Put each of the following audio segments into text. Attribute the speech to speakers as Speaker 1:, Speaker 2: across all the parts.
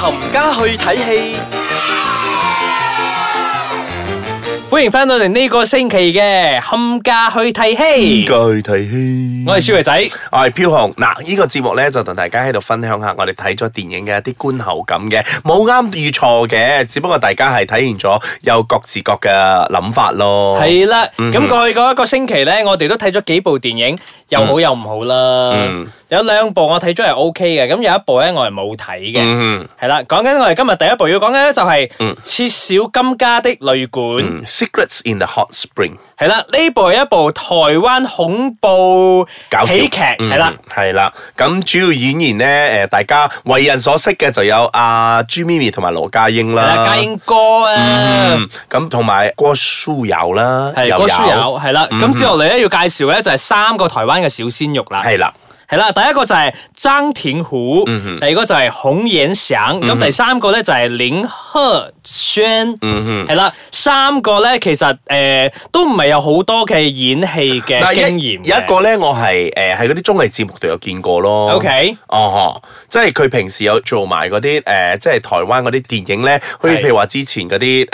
Speaker 1: 冚家去睇戲，
Speaker 2: 欢迎翻到嚟呢个星期嘅冚家去睇戏，
Speaker 3: 具體戲，
Speaker 2: 我系小肥仔，
Speaker 3: 我係飄紅嗱，呢、個節目咧就同大家喺度分享下我哋睇咗電影嘅一啲觀後感嘅，冇啱與錯嘅，只不過大家係體現咗有各自各嘅諗法咯。
Speaker 2: 系啦，
Speaker 3: 嗯
Speaker 2: 咁过去嗰一个星期咧，我哋都睇咗几部电影，又好又唔好啦
Speaker 3: 嗯。
Speaker 2: 有两部我睇咗系 O K 嘅，咁有一部咧我系冇睇嘅，
Speaker 3: 嗯
Speaker 2: 系啦。讲紧我哋今日第一部要讲嘅咧就
Speaker 3: 嗯
Speaker 2: 系《切小金家的旅馆》，
Speaker 3: 嗯，Secrets in the Hot Spring
Speaker 2: 系啦，呢部系一部台湾恐怖
Speaker 3: 搞笑嗯
Speaker 2: 喜剧，系啦。，
Speaker 3: 係啦。咁主要演員咧，誒大家為人所識嘅就有阿朱咪咪同埋羅家英
Speaker 2: 系啦，
Speaker 3: 啦，
Speaker 2: 家英哥啊，
Speaker 3: 嗯，咁同埋郭書友啦，
Speaker 2: 系
Speaker 3: 又
Speaker 2: 郭書友，系
Speaker 3: 嗯
Speaker 2: 啦。咁之後嚟咧要介紹咧就係三個台灣嘅小鮮肉啦。
Speaker 3: 係啦。嗯
Speaker 2: 係啦，第一個就係張庭湖，第二個就係孔衍祥，咁第三個咧就係林赫宣。
Speaker 3: 嗯
Speaker 2: 係啦，三個咧其實诶都唔係有好多嘅演戲嘅
Speaker 3: 嗱，
Speaker 2: 經
Speaker 3: 一
Speaker 2: 驗嘅。
Speaker 3: 有一個咧，我係誒喺嗰啲綜藝節目度有見過咯。
Speaker 2: OK
Speaker 3: 哦，即係佢平時有做埋嗰啲誒，即係台灣嗰啲電影咧，好似
Speaker 2: 係
Speaker 3: 譬如話之前嗰啲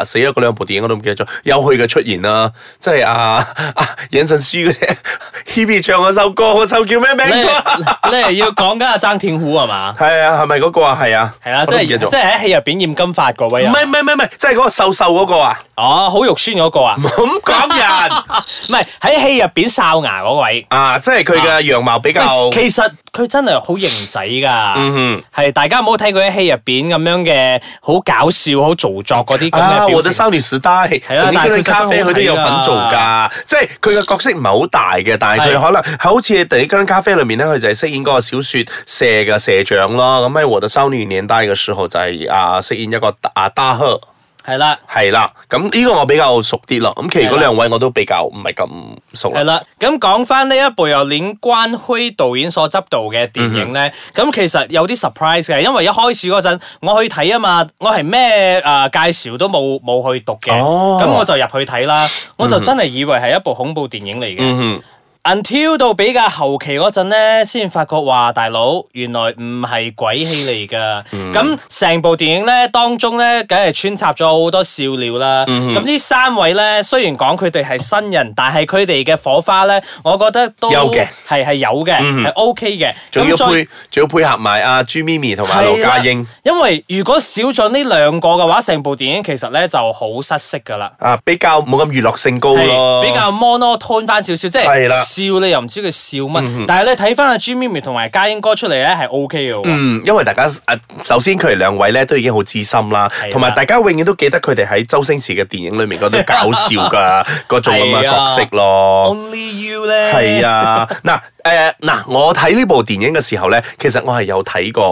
Speaker 3: 誒死咗嗰兩部電影我都唔記得咗，有佢嘅出現啦，即係啊 啊尹振書嗰啲 Hebe 唱嗰首歌，嗰首叫咩名
Speaker 2: 你
Speaker 3: 啫？
Speaker 2: 你係要講緊阿張庭湖係嘛？
Speaker 3: 係啊，係咪嗰個啊？係啊，
Speaker 2: 係啦，
Speaker 3: 我
Speaker 2: 即
Speaker 3: 都唔
Speaker 2: 係
Speaker 3: 記得咗
Speaker 2: 即係喺戲入边染金髮嗰位
Speaker 3: 唔
Speaker 2: 啊，
Speaker 3: 係唔係唔係唔係，即係嗰個瘦瘦嗰個 啊！
Speaker 2: 哦，好肉酸嗰個啊，唔
Speaker 3: 咁講人
Speaker 2: 係喺戲入边哨牙嗰位。
Speaker 3: 啊，即係佢嘅樣貌比較
Speaker 2: 喂其實佢真係好型仔㗎，
Speaker 3: 嗯。
Speaker 2: 係大家唔好睇佢喺戲入邊咁樣嘅好搞笑、好做作嗰啲咁
Speaker 3: 啊！
Speaker 2: 嘅
Speaker 3: 我
Speaker 2: 表
Speaker 3: 的
Speaker 2: 情。
Speaker 3: 少女時代
Speaker 2: 啊
Speaker 3: 同呢
Speaker 2: 但係佢
Speaker 3: 個咖啡佢都
Speaker 2: 啊
Speaker 3: 有份
Speaker 2: 真
Speaker 3: 做
Speaker 2: 係
Speaker 3: 㗎，即係佢嘅角色唔係好大嘅，但係
Speaker 2: 係
Speaker 3: 佢可能好似《第一間咖啡》裏面咧，佢就係飾演嗰個小説社嘅社長咯。咁喺《我的少女年代》嘅時候就係、啊飾演一個啊大赫。
Speaker 2: 係啦。
Speaker 3: 係啦，咁呢個我比較熟啲咯，咁其餘嗰兩位我都比較唔係咁熟
Speaker 2: 係
Speaker 3: 啦。
Speaker 2: 啦，咁講翻呢一部由林關輝導演所執導嘅電影
Speaker 3: 嗯
Speaker 2: 咧，咁、其實有啲 surprise 嘅，因為一開始嗰陣我去睇啊嘛，我係咩誒介紹都冇冇去讀嘅，咁、
Speaker 3: 哦
Speaker 2: 我就入去睇啦，我就真係以為係一部恐怖電影嚟嘅。
Speaker 3: 嗯
Speaker 2: until 到比較後期嗰陣咧，先發覺話大佬原來唔係鬼戲嚟噶。
Speaker 3: 嗯
Speaker 2: 咁成、部電影咧當中咧，梗係穿插咗好多笑料啦。
Speaker 3: 嗯
Speaker 2: 咁呢、三位咧，雖然講佢哋係新人，但係佢哋嘅火花咧，我覺得都
Speaker 3: 有嘅
Speaker 2: 係係有嘅，係 OK 嘅。
Speaker 3: 哼，仲要
Speaker 2: 咁再
Speaker 3: 配仲要配合埋阿朱咪咪同埋羅家英
Speaker 2: 係啦因為如果少咗呢兩個嘅話，成部電影其實咧就好失色噶啦。
Speaker 3: 啊，比較冇咁娛樂性高咯。
Speaker 2: 係比較 monotone 翻少少，即係
Speaker 3: 係啦嗯
Speaker 2: 笑你又唔知佢笑乜，但係咧睇翻阿 Jimmy 咪同埋嘉英哥出嚟咧係 O K 嘅喎，
Speaker 3: 嗯，因為大家啊，首先佢哋兩位咧都已經好資深啦
Speaker 2: 係啦，
Speaker 3: 同埋大家永遠都記得佢哋喺周星馳嘅電影裏面嗰種搞笑 噶嗰種咁嘅
Speaker 2: 啊
Speaker 3: 角色咯。
Speaker 2: Only You 咧
Speaker 3: 係啊，嗱誒嗱，我睇呢部電影嘅時候咧，其實我係有睇過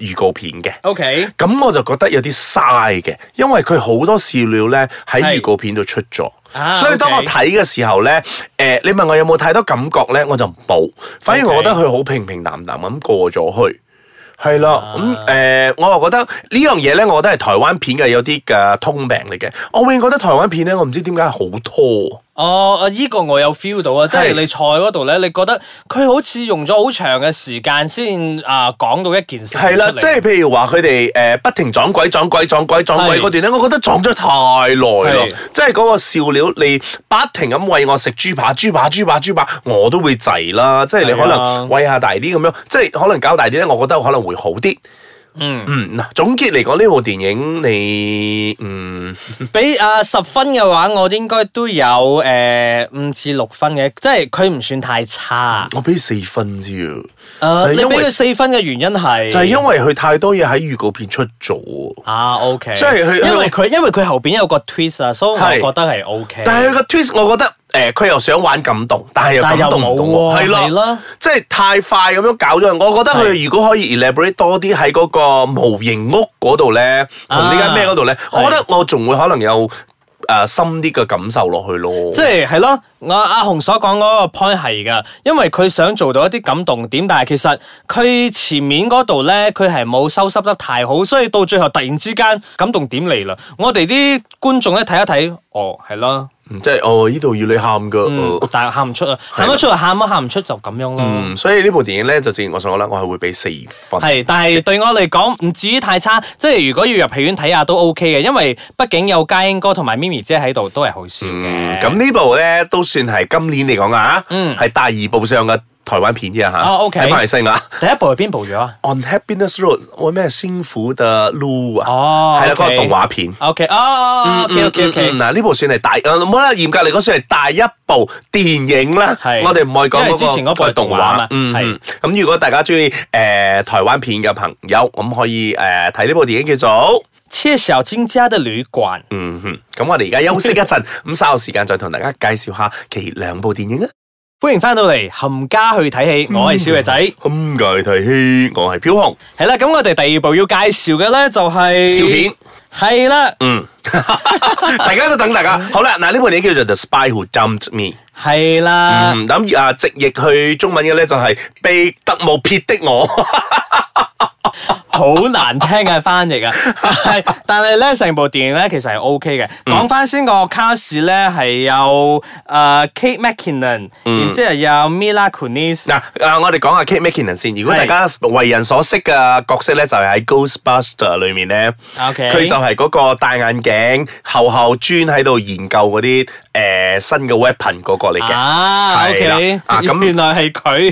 Speaker 3: 預告片嘅。
Speaker 2: ，O K
Speaker 3: 咁我就覺得有啲嘥嘅，因為佢好多笑料咧喺
Speaker 2: 係
Speaker 3: 預告片度出咗。
Speaker 2: 啊
Speaker 3: 所以當我
Speaker 2: OK
Speaker 3: 睇嘅時候咧，誒、你問我有冇太多感覺咧，我就冇，反
Speaker 2: OK
Speaker 3: 而我覺得佢好平平淡淡咁過咗去。係
Speaker 2: 啊
Speaker 3: 啦，咁誒、我又覺得呢樣嘢咧，我覺得係台灣片嘅有啲嘅通病嚟嘅。我永遠覺得台灣片咧，我唔知點解好拖。
Speaker 2: 哦，啊依個我有 feel 到啊，即係
Speaker 3: 係
Speaker 2: 你坐喺嗰度咧，你覺得佢好似用咗好長嘅時間先啊講到一件事
Speaker 3: 係啦，
Speaker 2: 出嚟
Speaker 3: 即係譬如話佢哋誒不停撞鬼、撞鬼、撞鬼、撞鬼
Speaker 2: 係
Speaker 3: 嗰段咧，我覺得撞咗太耐咯
Speaker 2: 係。
Speaker 3: 即係嗰個笑料，你不停咁餵我食豬扒、豬扒、豬扒、豬扒，我都會滯啦。即係你
Speaker 2: 係啊
Speaker 3: 可能餵下大啲咁樣，即係可能搞大啲咧，我覺得可能會好啲。
Speaker 2: 嗯
Speaker 3: 嗯，嗱，總結嚟講，呢部電影你嗯
Speaker 2: 俾啊十分嘅話，我應該都有誒五至六分嘅，即係佢唔算太差。
Speaker 3: 我俾四分啫喎，就
Speaker 2: 誒，
Speaker 3: 係
Speaker 2: 呃你
Speaker 3: 因
Speaker 2: 俾佢
Speaker 3: 為
Speaker 2: 四分嘅原因係
Speaker 3: 就係因為佢太多嘢喺預告片出咗。
Speaker 2: 啊，OK，
Speaker 3: 即係佢
Speaker 2: 因為佢因為佢後邊有個 twist 啊，所以我
Speaker 3: 係
Speaker 2: 覺得係 OK。
Speaker 3: 但係佢個 twist，我覺得誒，佢、又想玩感動，但係又
Speaker 2: 但
Speaker 3: 感
Speaker 2: 係又
Speaker 3: 動唔到
Speaker 2: 冇
Speaker 3: 我，
Speaker 2: 喎係啦
Speaker 3: 即係太快咁樣搞咗。我覺得
Speaker 2: 係
Speaker 3: 佢如果可以 elaborate 多啲喺嗰個模型屋嗰度咧，同呢間咩嗰度咧，
Speaker 2: 啊係
Speaker 3: 我覺得我仲會可能有誒、呃深啲嘅感受落去咯。
Speaker 2: 即係係咯，我阿紅所講嗰個 point 係噶，因為佢想做到一啲感動點，但係其實佢前面嗰度咧，佢係冇收拾得太好，所以到最後突然之間感動點嚟啦。我哋啲觀眾咧睇一睇，哦，係啦，
Speaker 3: 嗯即係哦呢度要你喊噶。
Speaker 2: 嗯
Speaker 3: 呃，
Speaker 2: 但係喊唔出啊，喊得出就喊啊，喊唔出就咁樣咯。
Speaker 3: 嗯，所以呢部電影咧就正如我所講啦，我係會俾四分。
Speaker 2: 係，但係對我嚟講唔至於太差，即係如果要入戲院睇下都 OK 嘅，因為畢竟有嘉英哥同埋咪咪姐喺度都係好笑
Speaker 3: 嗯
Speaker 2: 嘅。
Speaker 3: 咁呢部咧都算係今年嚟講啊，
Speaker 2: 嗯
Speaker 3: 係第二部上嘅台灣片啫吓。
Speaker 2: 哦，OK
Speaker 3: 喺馬來西亞。
Speaker 2: 第一部係邊部咗啊？
Speaker 3: On Happiness Road，我咩辛苦的路啊，
Speaker 2: 哦
Speaker 3: 係啦，嗰個
Speaker 2: OK
Speaker 3: 動畫片。
Speaker 2: O K 啊，O K O K O
Speaker 3: 嗯
Speaker 2: K，
Speaker 3: 嗱呢部算係大，誒冇啦，嚴格嚟講算係第一部電影啦。
Speaker 2: 係
Speaker 3: 我哋唔可以講
Speaker 2: 因
Speaker 3: 嗰
Speaker 2: 為之前嗰
Speaker 3: 個
Speaker 2: 部
Speaker 3: 嗰個動
Speaker 2: 係動畫
Speaker 3: 畫
Speaker 2: 嘛。
Speaker 3: 嗯，
Speaker 2: 係
Speaker 3: 嗯咁如果大家中意誒台灣片嘅朋友，咁可以誒睇呢部電影叫做。
Speaker 2: 切小金家的旅館。
Speaker 3: 嗯哼，咁我哋而家休息一 陣，咁稍後時間再同大家介紹下其兩部電影啊。
Speaker 2: 歡迎翻到嚟冚家去睇
Speaker 3: 嗯
Speaker 2: 戲，我係小肥仔。
Speaker 3: 咁嘅睇戲，我係飄紅，
Speaker 2: 係啦，咁我哋第二部要介紹嘅咧就係
Speaker 3: 笑片。
Speaker 2: 係啦，
Speaker 3: 嗯，大家都等大家。好啦，嗱呢部電影叫做《The Spy Who Dumped Me》。
Speaker 2: 係啦，
Speaker 3: 嗯，咁而啊直譯去中文嘅咧就係被特務撇的我。
Speaker 2: 好難聽嘅翻譯啊！係但係咧，成部電影咧其實係 O K 嘅。
Speaker 3: 嗯
Speaker 2: 講翻先個卡士咧係有誒 Kate McKinnon，然
Speaker 3: 嗯
Speaker 2: 之後有 Mila Kunis。
Speaker 3: 嗱，啊我哋講下 Kate McKinnon 先。如果大
Speaker 2: 係
Speaker 3: 家為人所識嘅角色咧，就係喺 Ghostbuster 裏面咧，
Speaker 2: OK
Speaker 3: 佢就係嗰個戴眼鏡、後後專喺度研究嗰啲誒新嘅 weapon 嗰個嚟嘅。
Speaker 2: 啊
Speaker 3: 係啦
Speaker 2: ，OK，
Speaker 3: 啊咁
Speaker 2: 原來係佢。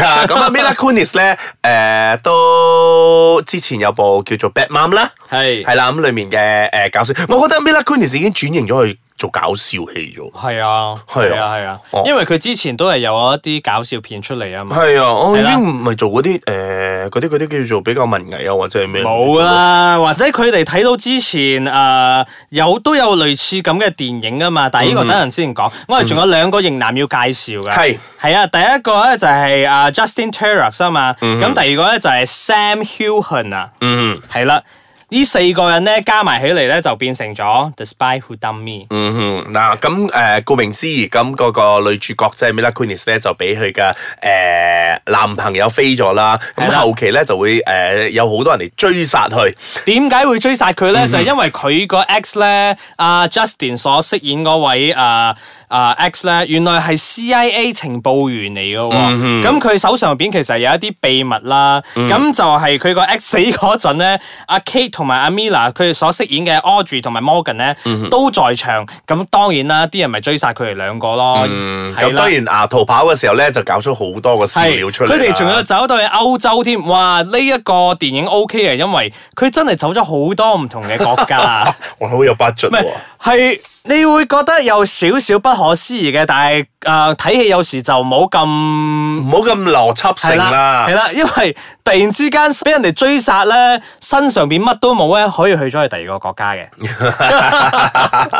Speaker 3: 啊，咁啊 Mila Kunis 咧，誒、都之前有部叫做《Bad Mom》啦，
Speaker 2: 係
Speaker 3: 係啦，咁裡面嘅誒、搞笑，我覺得 Mila Kunis 已經轉型咗去做搞笑戲咗。
Speaker 2: 係啊，
Speaker 3: 係啊
Speaker 2: 係啊，係啊
Speaker 3: 哦，
Speaker 2: 因為佢之前都係有一啲搞笑片出嚟啊嘛，
Speaker 3: 係啊，我已
Speaker 2: 係啦
Speaker 3: 經唔係做嗰啲誒嗰啲嗰啲叫做比較文藝啊或者係咩？
Speaker 2: 冇啦，或者佢哋睇到之前誒、呃有都有類似咁嘅電影啊嘛，但係呢個等陣先講，我哋仲有兩個型男要介紹嘅，
Speaker 3: 嗯係
Speaker 2: 係啊，第一個咧就係啊 Justin t e r r o x 啊嘛，咁第二個咧就係 Sam Hilton 啊，
Speaker 3: 嗯。
Speaker 2: 係啦，呢四個人咧加埋起嚟咧就變成咗 The Spy Who Dumped Me。
Speaker 3: 嗯哼，嗱咁誒，顧名思義，咁嗰個女主角即係 Mila Kunis 咧，就俾佢嘅誒男朋友飛咗啦。咁
Speaker 2: 係啦
Speaker 3: 後期咧就會誒、呃有好多人嚟追殺佢。
Speaker 2: 點解會追殺佢咧？就係因為佢個 ex 咧，阿 Justin 所飾演嗰位啊啊 ex 咧，原來係 CIA 情報員嚟嘅喎。咁佢手上邊其實有一啲秘密啦。咁就係佢個 ex 死嗰陣咧，阿 Kate 同埋阿 Mila 佢哋所飾演嘅 Audrey 同埋 Morgan 咧都在場。咁當然啦，啲人咪追殺佢哋兩個咯。
Speaker 3: 嗯
Speaker 2: 係
Speaker 3: 咁
Speaker 2: 啦
Speaker 3: 當然啊，逃跑嘅時候咧就搞出好多個笑
Speaker 2: 係
Speaker 3: 料出嚟啦。
Speaker 2: 佢哋仲有走到去歐洲添，哇！呢、一個電影 O K 嘅，因為佢真係走咗好多唔同嘅國 家。
Speaker 3: 我好有 budget
Speaker 2: 唔係
Speaker 3: 喎。
Speaker 2: 係你會覺得有少少不可思議嘅，但係誒睇戲有時就冇咁
Speaker 3: 唔好咁邏輯性啊
Speaker 2: 係
Speaker 3: 啦
Speaker 2: 係。啦，啊因為突然之間俾人哋追殺咧，身上邊乜都冇咧，可以去咗去第二個國家嘅，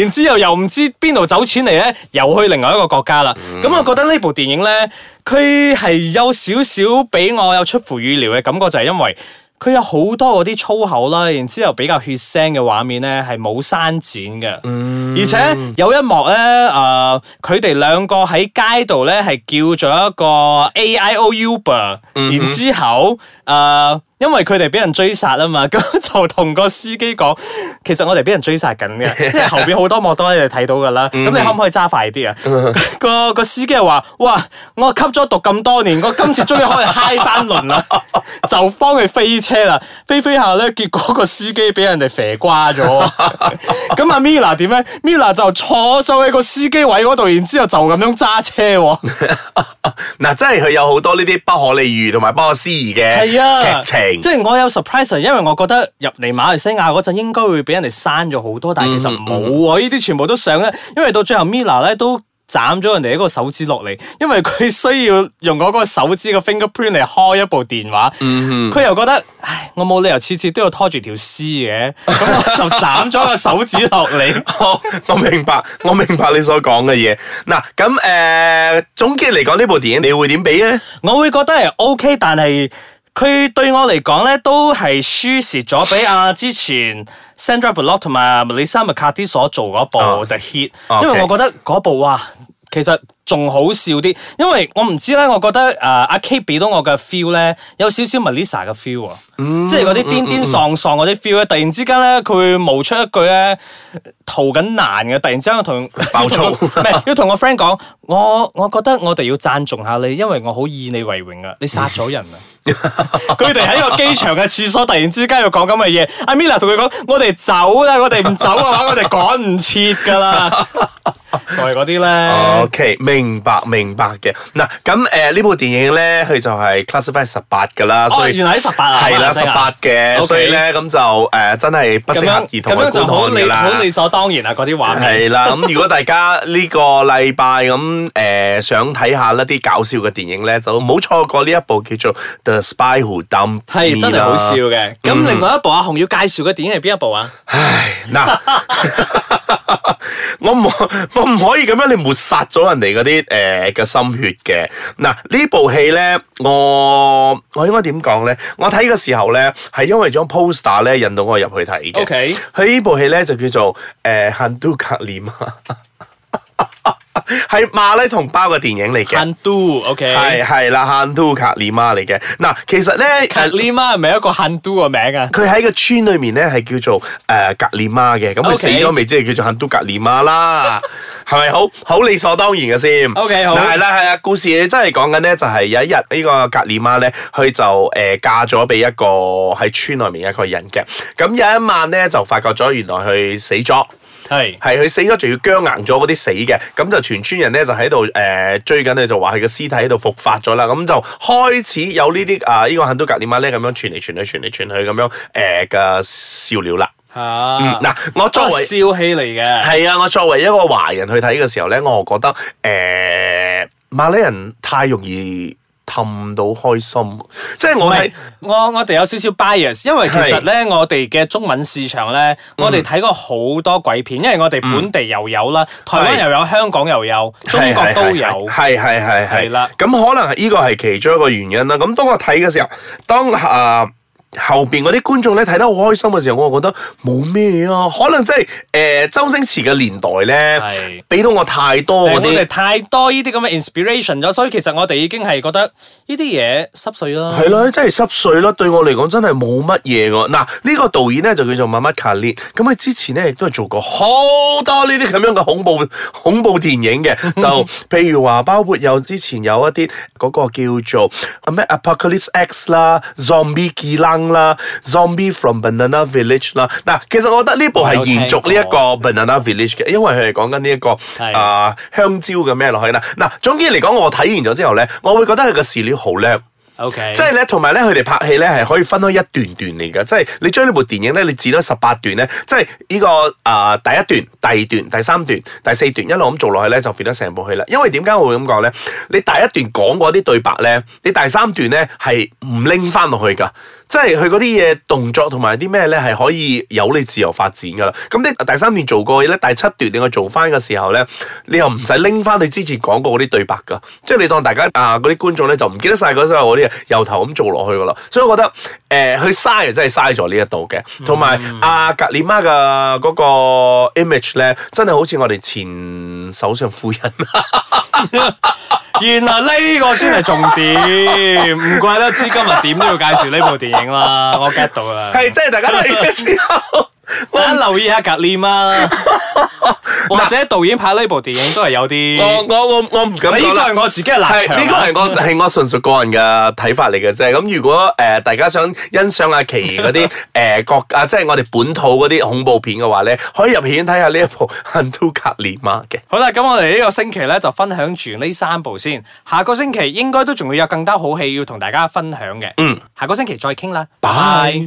Speaker 2: 然之後又唔知邊度走錢嚟咧，又去另外一個國家啦。咁、我覺得呢部電影咧，佢係有少少俾我有出乎預料嘅感覺，就係因為。佢有好多嗰啲粗口啦，然之後比較血腥嘅畫面咧，係冇刪剪嘅，而且有一幕咧，誒、佢哋兩個喺街度咧係叫咗一個 A I O Uber，、然之後誒、呃因為佢哋俾人追殺啊嘛，咁 就同個司機講，其實我哋俾人追殺緊嘅，因為後邊好多幕都你哋睇到㗎啦，咁你可唔可以揸快啲啊？個個司機又話：，哇，我吸咗毒咁多年，我今次終於可以 嗨翻輪啦，就幫佢飛車啦，飛飛下咧，結果個司機俾人哋肥瓜咗。咁阿 Mila 點咧？Mila 就坐咗喺個司機位嗰度，然之後就咁樣揸車喎。
Speaker 3: 嗱，真係佢有好多呢啲不可理喻同埋不可思議
Speaker 2: 係啊，
Speaker 3: 嘅劇
Speaker 2: 即係
Speaker 3: 情。
Speaker 2: 我有 surprise，因啊為我覺得入嚟馬來西亞嗰陣應該會俾人哋刪咗好多，但係
Speaker 3: 嗯
Speaker 2: 其實冇喎，呢啲全部都上咧，因為到最後 Mila 咧都。斬咗人哋一個手指落嚟，因為佢需要用嗰個手指嘅 fingerprint 嚟開一部電話，佢、
Speaker 3: 嗯
Speaker 2: 又覺得，唉，我冇理由次次都要拖住條絲嘅，咁我就斬咗個手指落嚟。
Speaker 3: 我 我明白，我明白你所講嘅嘢。嗱，咁誒、呃，總結嚟講，呢部電影你會點俾咧？
Speaker 2: 我會覺得係 O K，但係佢對我嚟講咧，都係輸蝕咗俾阿之前 Sandra Bullock 同埋 Melissa McCarthy 所做嗰部
Speaker 3: 哦
Speaker 2: The Hit，
Speaker 3: 哦
Speaker 2: 因為
Speaker 3: OK
Speaker 2: 我覺得嗰部哇其實仲好笑啲，因為我唔知咧，我覺得誒阿 K 俾到我嘅 feel 咧，有少少 Melissa 嘅 feel 啊，
Speaker 3: 嗯
Speaker 2: 即係嗰啲癲癲喪喪嗰啲 feel 咧，突然之間咧佢會冒出一句咧逃緊難嘅，突然之間同
Speaker 3: 爆粗
Speaker 2: 要同個唔係要同我 friend 講，我我覺得我哋要讚頌下你，因為我好以你為榮啊，你殺咗人啊！佢哋喺個機場嘅廁所，突然之間要講咁嘅嘢。阿 Mila 同佢講：我哋走啦，我哋唔走嘅話，我哋趕唔切噶啦。就係嗰啲咧，
Speaker 3: OK，明白明白嘅。嗱，咁誒呢部電影咧，佢就係 classify 十八噶啦，
Speaker 2: 哦，
Speaker 3: 所以
Speaker 2: 原。來喺十八啊，
Speaker 3: 係
Speaker 2: 馬
Speaker 3: 啦，
Speaker 2: 來西
Speaker 3: 十
Speaker 2: 亞
Speaker 3: 八嘅，
Speaker 2: OK
Speaker 3: 所以咧咁就誒真係不
Speaker 2: 咁
Speaker 3: 適合
Speaker 2: 樣
Speaker 3: 兒童
Speaker 2: 咁樣
Speaker 3: 嘅
Speaker 2: 就
Speaker 3: 觀看
Speaker 2: 好
Speaker 3: 㗎
Speaker 2: 理好
Speaker 3: 啦
Speaker 2: 理。所當然啊啦，嗰啲畫面。
Speaker 3: 係啦，咁如果大家呢個禮拜咁誒想睇下一啲搞笑嘅電影咧，就唔好錯過呢一部叫做《The Spy Who Dumped Me》
Speaker 2: 係真係好笑
Speaker 3: 啦。
Speaker 2: 嘅。咁另外一部阿啊紅要介紹嘅電影係邊一部啊？
Speaker 3: 唉，嗱， 我唔我唔可以咁樣，你抹殺咗人哋嗰啲誒呃嘅心血嘅。嗱，呢部戲咧，我我應該點講咧？我睇嘅時候咧，係因為張 poster 咧引到我入去睇嘅。
Speaker 2: OK
Speaker 3: 佢呢部戲咧就叫做呃誒《恨都格念》啊， 係馬拉同胞嘅電影嚟嘅。
Speaker 2: 漢都 OK。
Speaker 3: 係係啦，《恨都格念》嚟嘅。嗱，其實咧，
Speaker 2: 卡利媽係咪一個漢都個名啊？
Speaker 3: 佢喺個村裏面咧係叫做誒格列媽嘅，咁佢
Speaker 2: OK
Speaker 3: 死咗未？即係叫做肯都格列 媽啦，係咪好好理所當然嘅先
Speaker 2: OK，好
Speaker 3: 係啦係啦，故事真係講緊咧，就係有一日呢個格列媽咧，佢就誒嫁咗俾一個喺村裏面一個人嘅，咁有一晚咧就發覺咗原來佢死咗。
Speaker 2: 係。
Speaker 3: 係佢死咗，仲要僵硬咗嗰啲死嘅，咁就全村人咧就喺度誒追緊佢，就話佢嘅屍體喺度復發咗啦，咁就開始有呢啲啊呢個肯都格列瑪咧咁樣傳嚟傳去、傳嚟傳去咁樣誒嘅笑料啦。
Speaker 2: 啊
Speaker 3: 嗯，嗱，我作
Speaker 2: 都係
Speaker 3: 為
Speaker 2: 笑戲嚟嘅。
Speaker 3: 係啊，我作為一個華人去睇嘅時候咧，我覺得誒、呃、馬來人太容易氹到開心，即係我係
Speaker 2: 我我哋有少少 bias，因為其實咧，我哋嘅中文市場咧，我哋睇過好多鬼片，因為我哋本地又有啦，台灣又有，香港又有，中國都有。
Speaker 3: 係係係係
Speaker 2: 係啦
Speaker 3: 咁可能係呢個係其中一個原因啦。咁當我睇嘅時候，當啊、後邊嗰啲觀眾咧睇得好開心嘅時候，我覺得冇咩啊。可能真係誒、呃周星馳嘅年代咧
Speaker 2: 係，
Speaker 3: 俾到我太多嗰
Speaker 2: 我哋
Speaker 3: 啲。
Speaker 2: 太多呢啲咁嘅 inspiration 咗，所以其實我哋已經係覺得呢啲嘢濕碎啦。
Speaker 3: 係咯，真係濕碎啦！對我嚟講真係冇乜嘢喎。嗱，呢個導演咧就叫做麥麥卡列，咁佢之前咧亦都係做過好多呢啲咁樣嘅恐怖恐怖電影 嘅，就譬如話包括有之前有一啲嗰個叫做咩 Apocalypse X 啦、Zombie g i l a n g 啦、Zombie from Banana Village 啦。嗱，其實我覺得呢部係延續呢一個 Banana Village 嘅，因為佢係講緊呢一個
Speaker 2: 係
Speaker 3: 啊、香蕉嘅咩落去啦。嗱，總結嚟講，我睇完咗之後咧，我會覺得佢嘅視料好叻。
Speaker 2: OK，
Speaker 3: 即係咧，同埋咧，佢哋拍戲咧係可以分開一段段嚟㗎。即係你將呢部電影咧，你剪咗十八段咧，即係呢、個啊、第一段、第二段、第三段、第四段一路咁做落去咧，就變咗成部戲啦。因為點解我會咁講咧？你第一段講嗰啲對白咧，你第三段咧係唔拎翻落去㗎。即係佢嗰啲嘢動作同埋啲咩咧係可以由你自由發展㗎啦。咁你第三段做過嘅嘢咧，第七段你去做翻嘅時候咧，你又唔使拎翻你之前講過嗰啲對白㗎。即係你當大家啊嗰啲觀眾咧就唔記得晒嗰啲嗰啲嘢，由頭咁做落去㗎啦。所以我覺得誒佢嘥啊真係嘥咗呢一度嘅，同埋阿格列媽嘅嗰個 image 咧，真係好似我哋前首相夫人。
Speaker 2: 原來呢個先係重點，唔怪得知今日點都要介紹呢部電影啦，我 get 到啦。
Speaker 3: 係即係大家睇 嘅時候，
Speaker 2: 大家留意下格念 啊，或者導演拍呢部電影都係有啲，
Speaker 3: 我
Speaker 2: 呢
Speaker 3: 我我我唔敢
Speaker 2: 個
Speaker 3: 講啦。
Speaker 2: 係我自己嘅立
Speaker 3: 係
Speaker 2: 場啊。
Speaker 3: 呢個係我係我純屬個人嘅睇法嚟嘅啫。咁如果誒、呃大家想欣賞阿奇嗰 啲誒國啊，即係我哋本土嗰啲恐怖片嘅話咧，可以入戲院睇下呢一部《恨都格列瑪》嘅。
Speaker 2: 好啦，咁我哋呢個星期咧就分享住呢三部先，下個星期應該都仲會有更加好戲要同大家分享嘅。
Speaker 3: 嗯，
Speaker 2: 下個星期再傾啦，
Speaker 3: 拜。